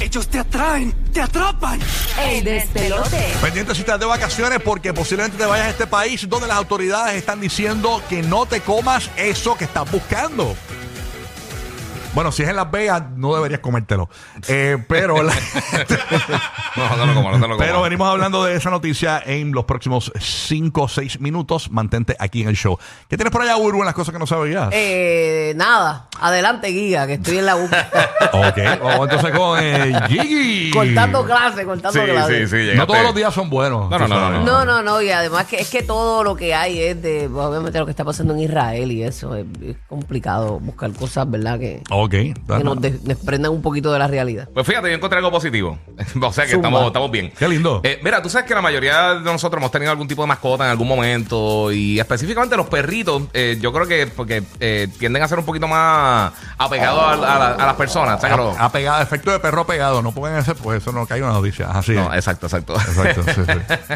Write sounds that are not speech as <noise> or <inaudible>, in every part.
Ellos te atraen, te atrapan. El despelote. Pendiente si estás de vacaciones porque posiblemente te vayas a este país donde las autoridades están diciendo que no te comas eso que estás buscando. Bueno, si es en Las Vegas, no deberías comértelo. Eh, pero, la- <laughs> No, no te lo como, no te lo como. pero venimos hablando de esa noticia en los próximos 5 o 6 minutos. Mantente aquí en el show. ¿Qué tienes por allá, Urban? Las cosas que no sabías. Eh, nada, adelante Giga, que estoy en <laughs> la búsqueda. Ok, Oh, vamos entonces con eh, Gigi. cortando clase, cortando Sí, clase. sí, sí, llegaste. No todos los días son buenos. No, no, tú no, sabes. no, No, no, no, y además que es que todo lo que hay es de, pues, obviamente lo que está pasando en Israel y eso, es, es complicado buscar cosas, ¿verdad? Que, Ok. que nos des- desprendan un poquito de la realidad. Pues fíjate, yo encontré algo positivo. <laughs> o sea que Zumba. estamos, estamos bien. Qué lindo. Eh, mira, tú sabes que la mayoría de nosotros hemos tenido algún tipo de mascota en algún momento. Y específicamente los perritos, eh, yo creo que porque eh, tienden a ser un poquito más apegados a, la- a la- a las personas. O sea, que los- A, pegado, efecto de perro pegado. No pongan ese, pues eso no cae una noticia. Así No, eh. es. exacto, exacto. <laughs> Exacto, sí, sí.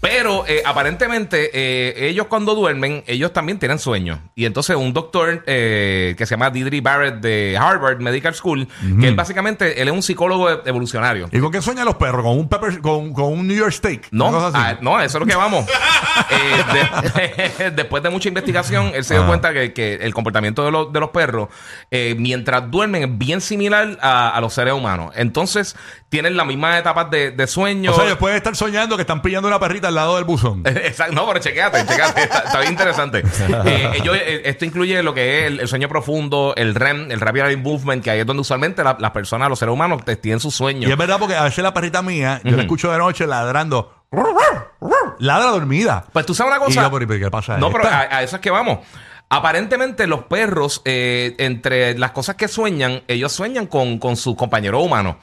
Pero eh, aparentemente eh, ellos cuando duermen, ellos también tienen sueño. Y entonces un doctor eh, que se llama Didri Barrett de Harvard Medical School, que él básicamente él es un psicólogo e- evolucionario. ¿Y con qué sueñan los perros? ¿Con un, pepper, con, con un New York steak? No, Una cosa así. ah, no, eso es lo que vamos. <laughs> Eh, de- <laughs> después de mucha investigación, él se dio Ah. cuenta que, que el comportamiento de, los- de los perros, eh, mientras duermen, es bien similar a, a los seres humanos. Entonces, tienen las mismas etapas de, de sueño. o <laughs> sea, después de estar soñando que están pillando una perrita al lado del buzón. Exacto, no, pero chequeate, chequeate, está, está bien <laughs> interesante. Eh, ellos, eh, esto incluye lo que es el, el sueño profundo, el REM, el Rapid Eye Movement, que ahí es donde usualmente la- las personas, los seres humanos, te- tienen sus Y es sueños. verdad porque a veces la perrita mía, yo la escucho de noche ladrando. Ladra dormida. Pues tú sabes una Y cosa. yo, pero, ¿y ¿qué pasa? No, pero Esta- a, a eso es que vamos. Aparentemente los perros, eh, entre las cosas que sueñan, ellos sueñan con, con sus compañeros humanos.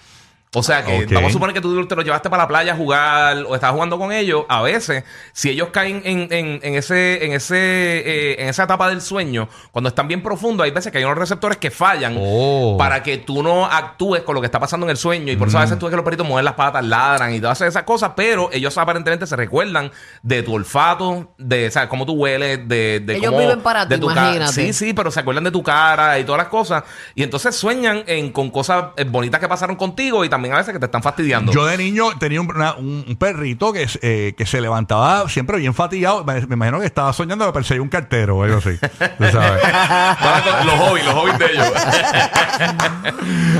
O sea que Ok. vamos a suponer que tú te los llevaste para la playa a jugar o estás jugando con ellos. A veces, si ellos caen en, en- en ese, en ese, eh, en esa etapa del sueño, cuando están bien profundos, hay veces que hay unos receptores que fallan Oh. para que tú no actúes con lo que está pasando en el sueño. Y por eso a Mm. veces tú ves que los perritos mueven las patas, ladran y todas esas cosas, pero ellos aparentemente se recuerdan de tu olfato, de o sea, cómo tú hueles, de, de Ellos cómo- viven para de ti, tu ca- imagínate. Sí, sí, pero se acuerdan de tu cara y todas las cosas. Y entonces sueñan en, con cosas eh, bonitas que pasaron contigo y también a veces que te están fastidiando. Yo de niño tenía un, una- un- un perrito que, es, eh, que se levantaba siempre bien fatigado. Me, me imagino que estaba soñando que perseguía un cartero o algo así. Tú sabes. <laughs> Todas las cosas- los hobbies, los hobbies de ellos. <laughs>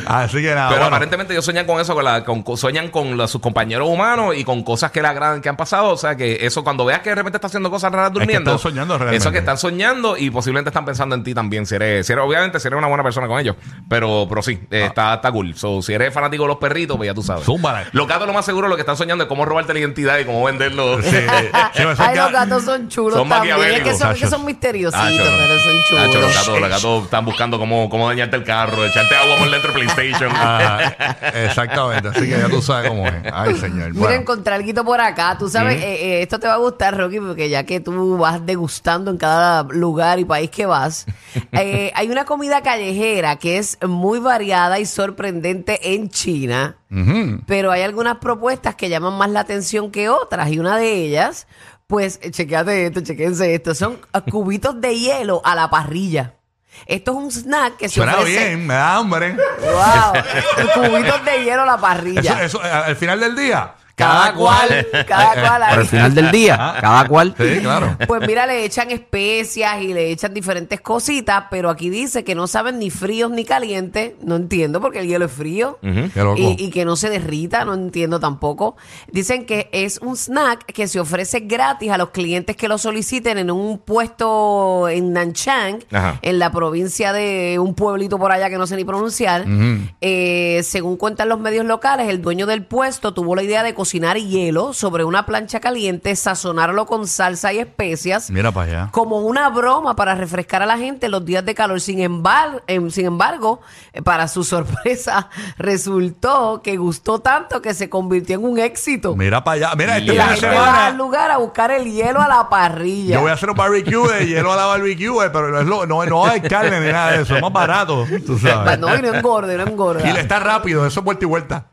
Así que pero nada. Ah, bueno. aparentemente ellos sueñan con eso, con la- con- con- sueñan con la- sus compañeros humanos y con cosas que le agradan que han pasado. O sea que eso, cuando veas que de repente está haciendo cosas raras que durmiendo, están soñando realmente. eso que están soñando y posiblemente están pensando en ti también. Si eres, si eres- obviamente, si eres una buena persona con ellos. Pero, pero sí, eh, está, está cool. So, si eres fanático de los perritos, pues ya tú sabes. Ah. Zúmbala. Los gatos, lo más seguro, lo que están soñando es cómo robarte la identidad y cómo venderlo. <laughs> Sí, eh, sí, esos Ay, los ga- gatos son chulos Son también, es que maquiavélicos, Ah, son, es que tachos. son misteriositos, <laughs> Tacho, no. pero son chulos. Tacho, los gatos, los gatos están buscando cómo, cómo dañarte el carro, echarte agua por dentro del PlayStation. Ah, exactamente, así que ya tú sabes cómo es. Ay, señor. Mira, Bueno, encontré algo por acá. Tú sabes, eh, eh, esto te va a gustar, Rocky, porque ya que tú vas degustando en cada lugar y país <laughs> que vas, eh, hay una comida callejera que es muy variada y sorprendente en China, pero hay algunas propuestas que llaman más la atención que otras y una de ellas, pues, eh, chequéate esto, chequense esto, son eh, cubitos de hielo a la parrilla. Esto es un snack que se suena ofrece... bien, me da hambre. ¡Wow! cubitos de hielo a la parrilla. Eso, eso, eh, al final del día, Cada cual, <laughs> cada cual. Pero al final del <laughs> día, cada cual. Sí, claro. Pues mira, le echan especias y le echan diferentes cositas, pero aquí dice que no saben ni fríos ni calientes. No entiendo porque el hielo es frío. Qué loco. Y, y que no se derrita, no entiendo tampoco. Dicen que es un snack que se ofrece gratis a los clientes que lo soliciten en un puesto en Nanchang, Ajá. en la provincia de un pueblito por allá que no sé ni pronunciar. Eh, según cuentan los medios locales, el dueño del puesto tuvo la idea de cocinar hielo sobre una plancha caliente, sazonarlo con salsa y especias Mira para allá. como una broma para refrescar a la gente en los días de calor. Sin embargo, sin embargo, eh, para su <laughs> sorpresa, resultó que gustó tanto que se convirtió en un éxito. Mira para allá. Mira, este y fin la de gente va al semana. lugar a buscar el hielo a la parrilla. Yo voy a hacer un barbecue de hielo a la barbecue, eh, pero no, es lo- no, no hay carne ni nada de eso. Es más barato. Tú Pero sabes. No, y no engorde, no <laughs> engorda. Y le está rápido, eso es vuelta y vuelta.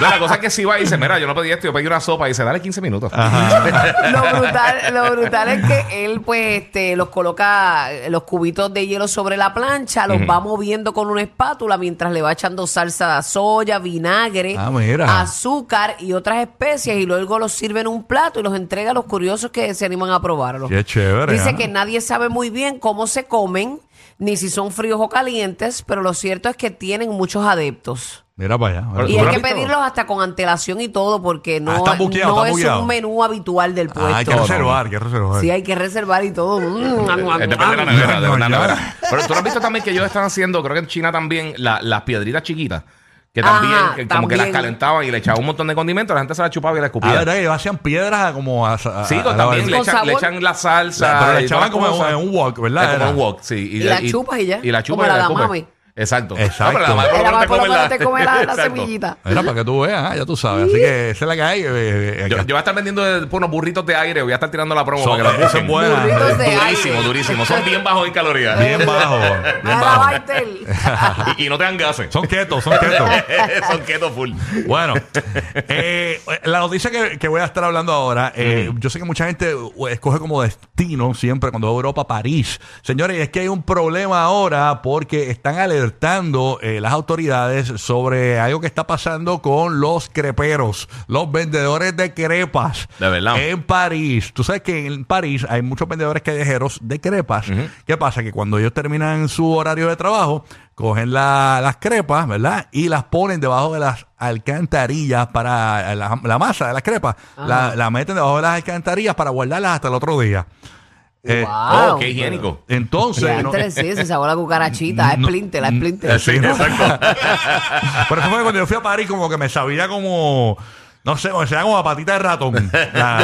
No, la cosa es que si va y dice, mira, yo no pedí esto, yo pedí una sopa. Y dice, dale 15 minutos. Eh, lo brutal, lo brutal es que él, pues, este, los coloca eh, los cubitos de hielo sobre la plancha, los va moviendo con una espátula mientras le va echando salsa de soya, vinagre, Ah, mira. azúcar y otras especies, y luego los sirve en un plato y los entrega a los curiosos que se animan a probarlo. Qué chévere, Dice ¿eh? que nadie sabe muy bien cómo se comen, ni si son fríos o calientes, pero lo cierto es que tienen muchos adeptos. Mira para allá. Pero Y ¿Tú hay lo has que visto? pedirlos hasta con antelación y todo, porque no, Ah, está buqueado, no está es buqueado. un menú habitual del puesto. Ah, hay que no, no. reservar, hay que reservar. Sí, hay que reservar y todo. Mm, am, am, Eh, Depende de la am. nevera, de no, la ya. nevera. Pero tú lo has visto también que ellos están haciendo, creo que en China también, la- las piedritas chiquitas. Que también, Ajá, que como que las Ah, también. calentaban y le echaban un montón de condimentos, la gente se la chupaba y la Ah, escupía. verdad que ellos hacían piedras a- como a, a- sí, a con- la también le barbecue. Con echan, le sabor. echan la salsa. Pero la y echaban todas las como en cosas. un wok, ¿verdad? Es como Era. un wok, sí. Y la chupas y ya. Y la Como chupas y la la escupes. edamame. Exacto. No, Exacto. pero la madre por lo Era menos más te por lo come menos te come la, <laughs> la Exacto. semillita. Era para que tú veas, ah, ya tú sabes. Así que esa es la que hay. eh, eh, Yo, acá. yo voy a estar vendiendo eh, pues, unos burritos de aire, voy a estar tirando la promo Son- para que la busquen. son buenas. Burritos de Durísimo, aire. durísimo. Son bien bajos en calorías. <laughs> Bien bajo. Bien Mira, bajo. Baitel. Y, y no te dan gases. Son quietos, son quietos. <laughs> Son keto full. Bueno, eh, la noticia que, que voy a estar hablando ahora, eh, Mm. yo sé que mucha gente eh, escoge como destino siempre cuando va a Europa, París. Señores, es que hay un problema ahora porque están alertando eh, las autoridades sobre algo que está pasando con los creperos, los vendedores de crepas. Eh, De verdad. En París. Tú sabes que en París hay muchos vendedores callejeros de crepas. ¿Qué pasa? Que cuando ellos terminan su horario de trabajo, cogen la- las crepas, ¿verdad? Y las ponen debajo de las alcantarillas para la, la masa de las crepas. La, la meten debajo de las alcantarillas para guardarlas hasta el otro día. Eh, Wow. oh, qué higiénico. Entonces, Ya, no- entre sí, se sabor a cucarachita, es splinter, mm, la splinter. Sí, ¿no? <laughs> Por eso fue que cuando yo fui a París, como que me sabía como. No sé, me sabía como a patita de ratón. La,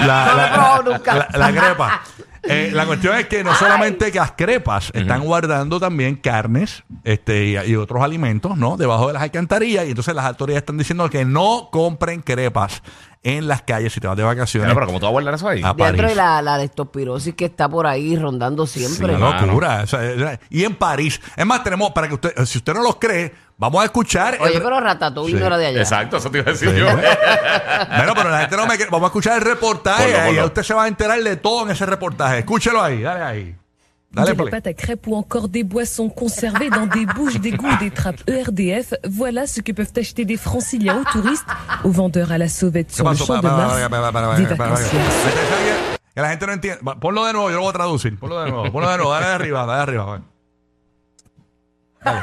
la- la- No lo he la- probado nunca. la- la crepa. Eh, la cuestión es que no solamente que las crepas están guardando también carnes este, y, y otros alimentos, ¿no? Debajo de las alcantarillas. Y entonces las autoridades están diciendo que no compren crepas en las calles si te vas de vacaciones. Claro, pero como tú vas a guardar eso ahí. Ah, Dentro París. de la, la leptospirosis que está por ahí rondando Una siempre. Sí, mano. locura. O sea, eh, y en París. Es más, tenemos, para que usted, si usted no los cree, vamos a escuchar. el- Oye, pero Ratatouille Sí. no era de allá. Exacto, eso te iba a decir Sí, <laughs> yo. bueno. Bueno, pero la gente no me cree. Vamos a escuchar el reportaje Ponlo, y ponlo. ahí usted se va a enterar de todo en ese reportaje. Escúchelo ahí, dale ahí. Dale Des play. pâtes à crêpes ou encore des boissons conservées dans des bouches d'égout des trappes E ERDF, voilà ce que peuvent acheter des franciliens aux touristes, aux vendeurs à la sauvette sur le Para, champ de para, Mars, para, para, para, para, des para, para, para. vacanciers. Que la gente no entiende. Va, Ponlo de nuevo, yo lo voy a traducir. Ponlo de nuevo, ponlo de nuevo, dale de arriba, dale de arriba. va. Dale,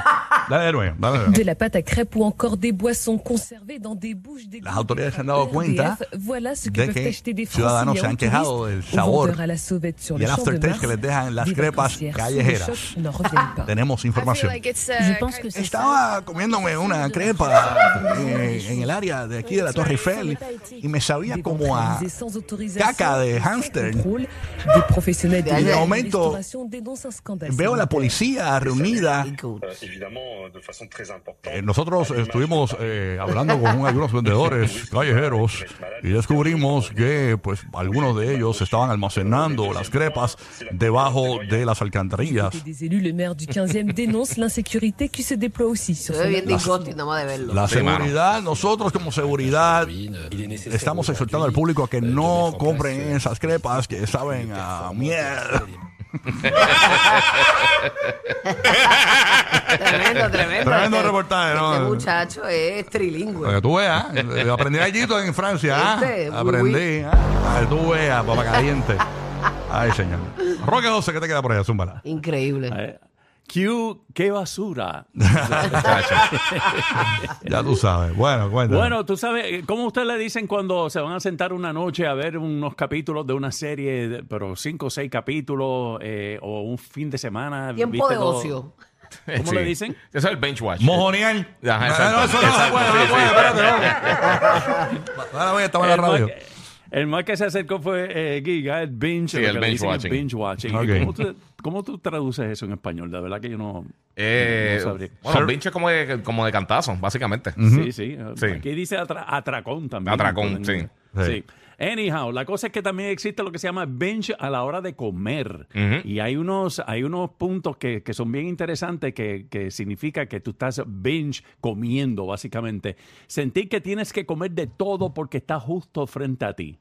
dale de nuevo, dale de nuevo. De la pâte à crêpes ou encore des boissons conservées dans des E bouches d'égout Las autoridades se han dado des cuenta RDF, voilà ce que hein. de peuvent que acheter des ciudadanos se franciliens han aux quejado del touristes, aux sabor vendeurs à la sauvette sur y le el champ de aftertaste Mars, que les dejan las des crepas vacancières sous le callejeras. choc n'en <laughs> reviennent pas. Tenemos información. Je pense que c'est ça. Estaba comiéndome una crepa eh, en el área de aquí de la Torre Eiffel y me sabía como a... Décentralisée sans autorisation, caca de sans hamster. contrôle. Des professionnels de De la momento, restauration dénoncent un scandale Veo a la policía reunida. Euh, évidemment euh, de façon très importante. Eh, nosotros à l'image estuvimos de Paris. eh, hablando con algunos vendedores callejeros y descubrimos que pues algunos de ellos estaban almacenando las crepas debajo de las alcantarillas. sanitaire. Des élus, le maire <laughs> du 15e dénonce l'insécurité qui se déploie aussi sur Se son ve bien territoire. disgusting, nada más de verlo. La Sí, seguridad, nosotros como seguridad estamos exhortando al público a que no compren esas crepas que saben a miel. Tremendo, tremendo. Tremendo Este- reportaje, ¿no? Este muchacho es trilingüe. Para que tú veas, eh, aprendí allí en Francia, ¿ah? Este, oui, aprendí, ¿ah? para que tú veas, papá caliente. Ay, señor. Roque 12, ¿qué te queda por allá? Zúmbala. Increíble. Eh, Q, qué basura. Ya tú sabes. Bueno, cuéntame. Bueno, tú sabes, eh, ¿cómo ustedes le dicen cuando se van a sentar una noche a ver unos capítulos de una serie, de- pero cinco o seis capítulos, eh, o un fin de semana? Tiempo viste de todo? ocio. ¿Cómo le dicen? Eso es el bench watch. Mojonear. Ajá, exacto. Ah, no, eso no se Exacto, puede, sí, no se puede, sí. espérate, no. Ahora voy a estar en la el, más radio. que, el más que se acercó fue eh, Giga, el binge. Sí, el lo que le binge dicen, el watching. binge watching. Ok. ¿Cómo, tú, cómo tú traduces eso en español? La verdad que yo no, Eh, no sabría. bueno, bench es como de, como de cantazo, básicamente. Sí, sí, eh, Sí. Aquí dice atra- atracón también. Atracón, sí. Sí. Sí. Anyhow, la cosa es que también existe lo que se llama bench a la hora de comer. Ujú. Y hay unos, hay unos puntos que, que son bien interesantes que, que significa que tú estás bench comiendo, básicamente. Sentir que tienes que comer de todo porque está justo frente a ti.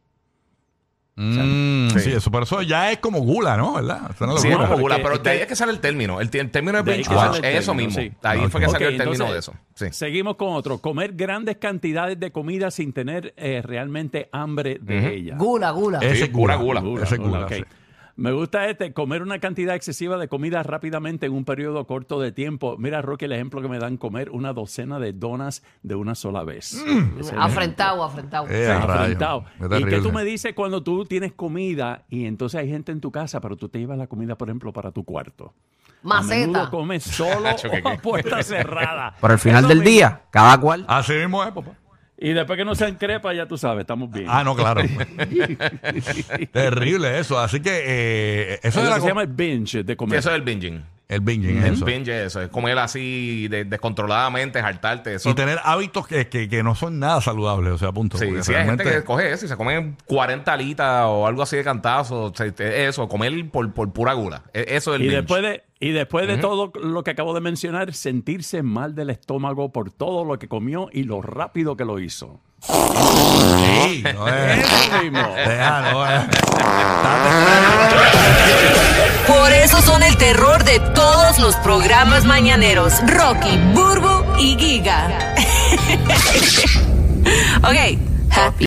Mm, sí. eso, pero eso ya es como gula, ¿no? ¿Verdad? Eso no es Sí, es locura. como porque- gula, pero de ahí es que sale el término. El, t- el término de De ahí bench que sale watch el es eso término, mismo. sí. Ahí Ah, fue que ok. salió Ok, el término entonces- de eso. Sí. Seguimos con otro. Comer grandes cantidades de comida sin tener eh, realmente hambre de ella. Gula, gula. Ese Sí, es gula, gula, gula. Ese es Hola, gula, ok. sí. Me gusta este, comer una cantidad excesiva de comida rápidamente en un periodo corto de tiempo. Mira, Rocky, el ejemplo que me dan, comer una docena de donas de una sola vez. Ese es Mm. Afrentado, afrentado. Eh, el a rayos. afrentado. Qué ¿Y terrible. qué tú me dices cuando tú tienes comida y entonces hay gente en tu casa, pero tú te llevas la comida, por ejemplo, para tu cuarto? A menudo Maceta. <laughs> comes solo Nacho, que- o a puerta cerrada. Pero al final Eso del mismo. día, cada cual. Así mismo es, papá. Y después que no sean crepas, ya tú sabes, estamos bien. Ah, no, <laughs> claro. Terrible eso. Así que eh, eso Eso de es la lo que se co- llama el binge de Sí, comer. Eso es el binging. el binging, El eso. binge es eso. Es comer así de- descontroladamente, saltarte. Eso. Y tener hábitos que, que, que no son nada saludables, o sea, punto. Sí, Porque sí, hay gente que realmente- coge eso y se comen 40 alitas o algo así de cantazo. o sea, Eso, comer por, por pura gula. E- Eso es el Y binge. después, de, y después de todo lo que acabo de mencionar, sentirse mal del estómago por todo lo que comió y lo rápido que lo hizo. Sí, no es. <laughs> Eso mismo. Deja, no es. Por eso son el terror de todos los programas mañaneros. Rocky, Burbu y Giga. ok. Happy.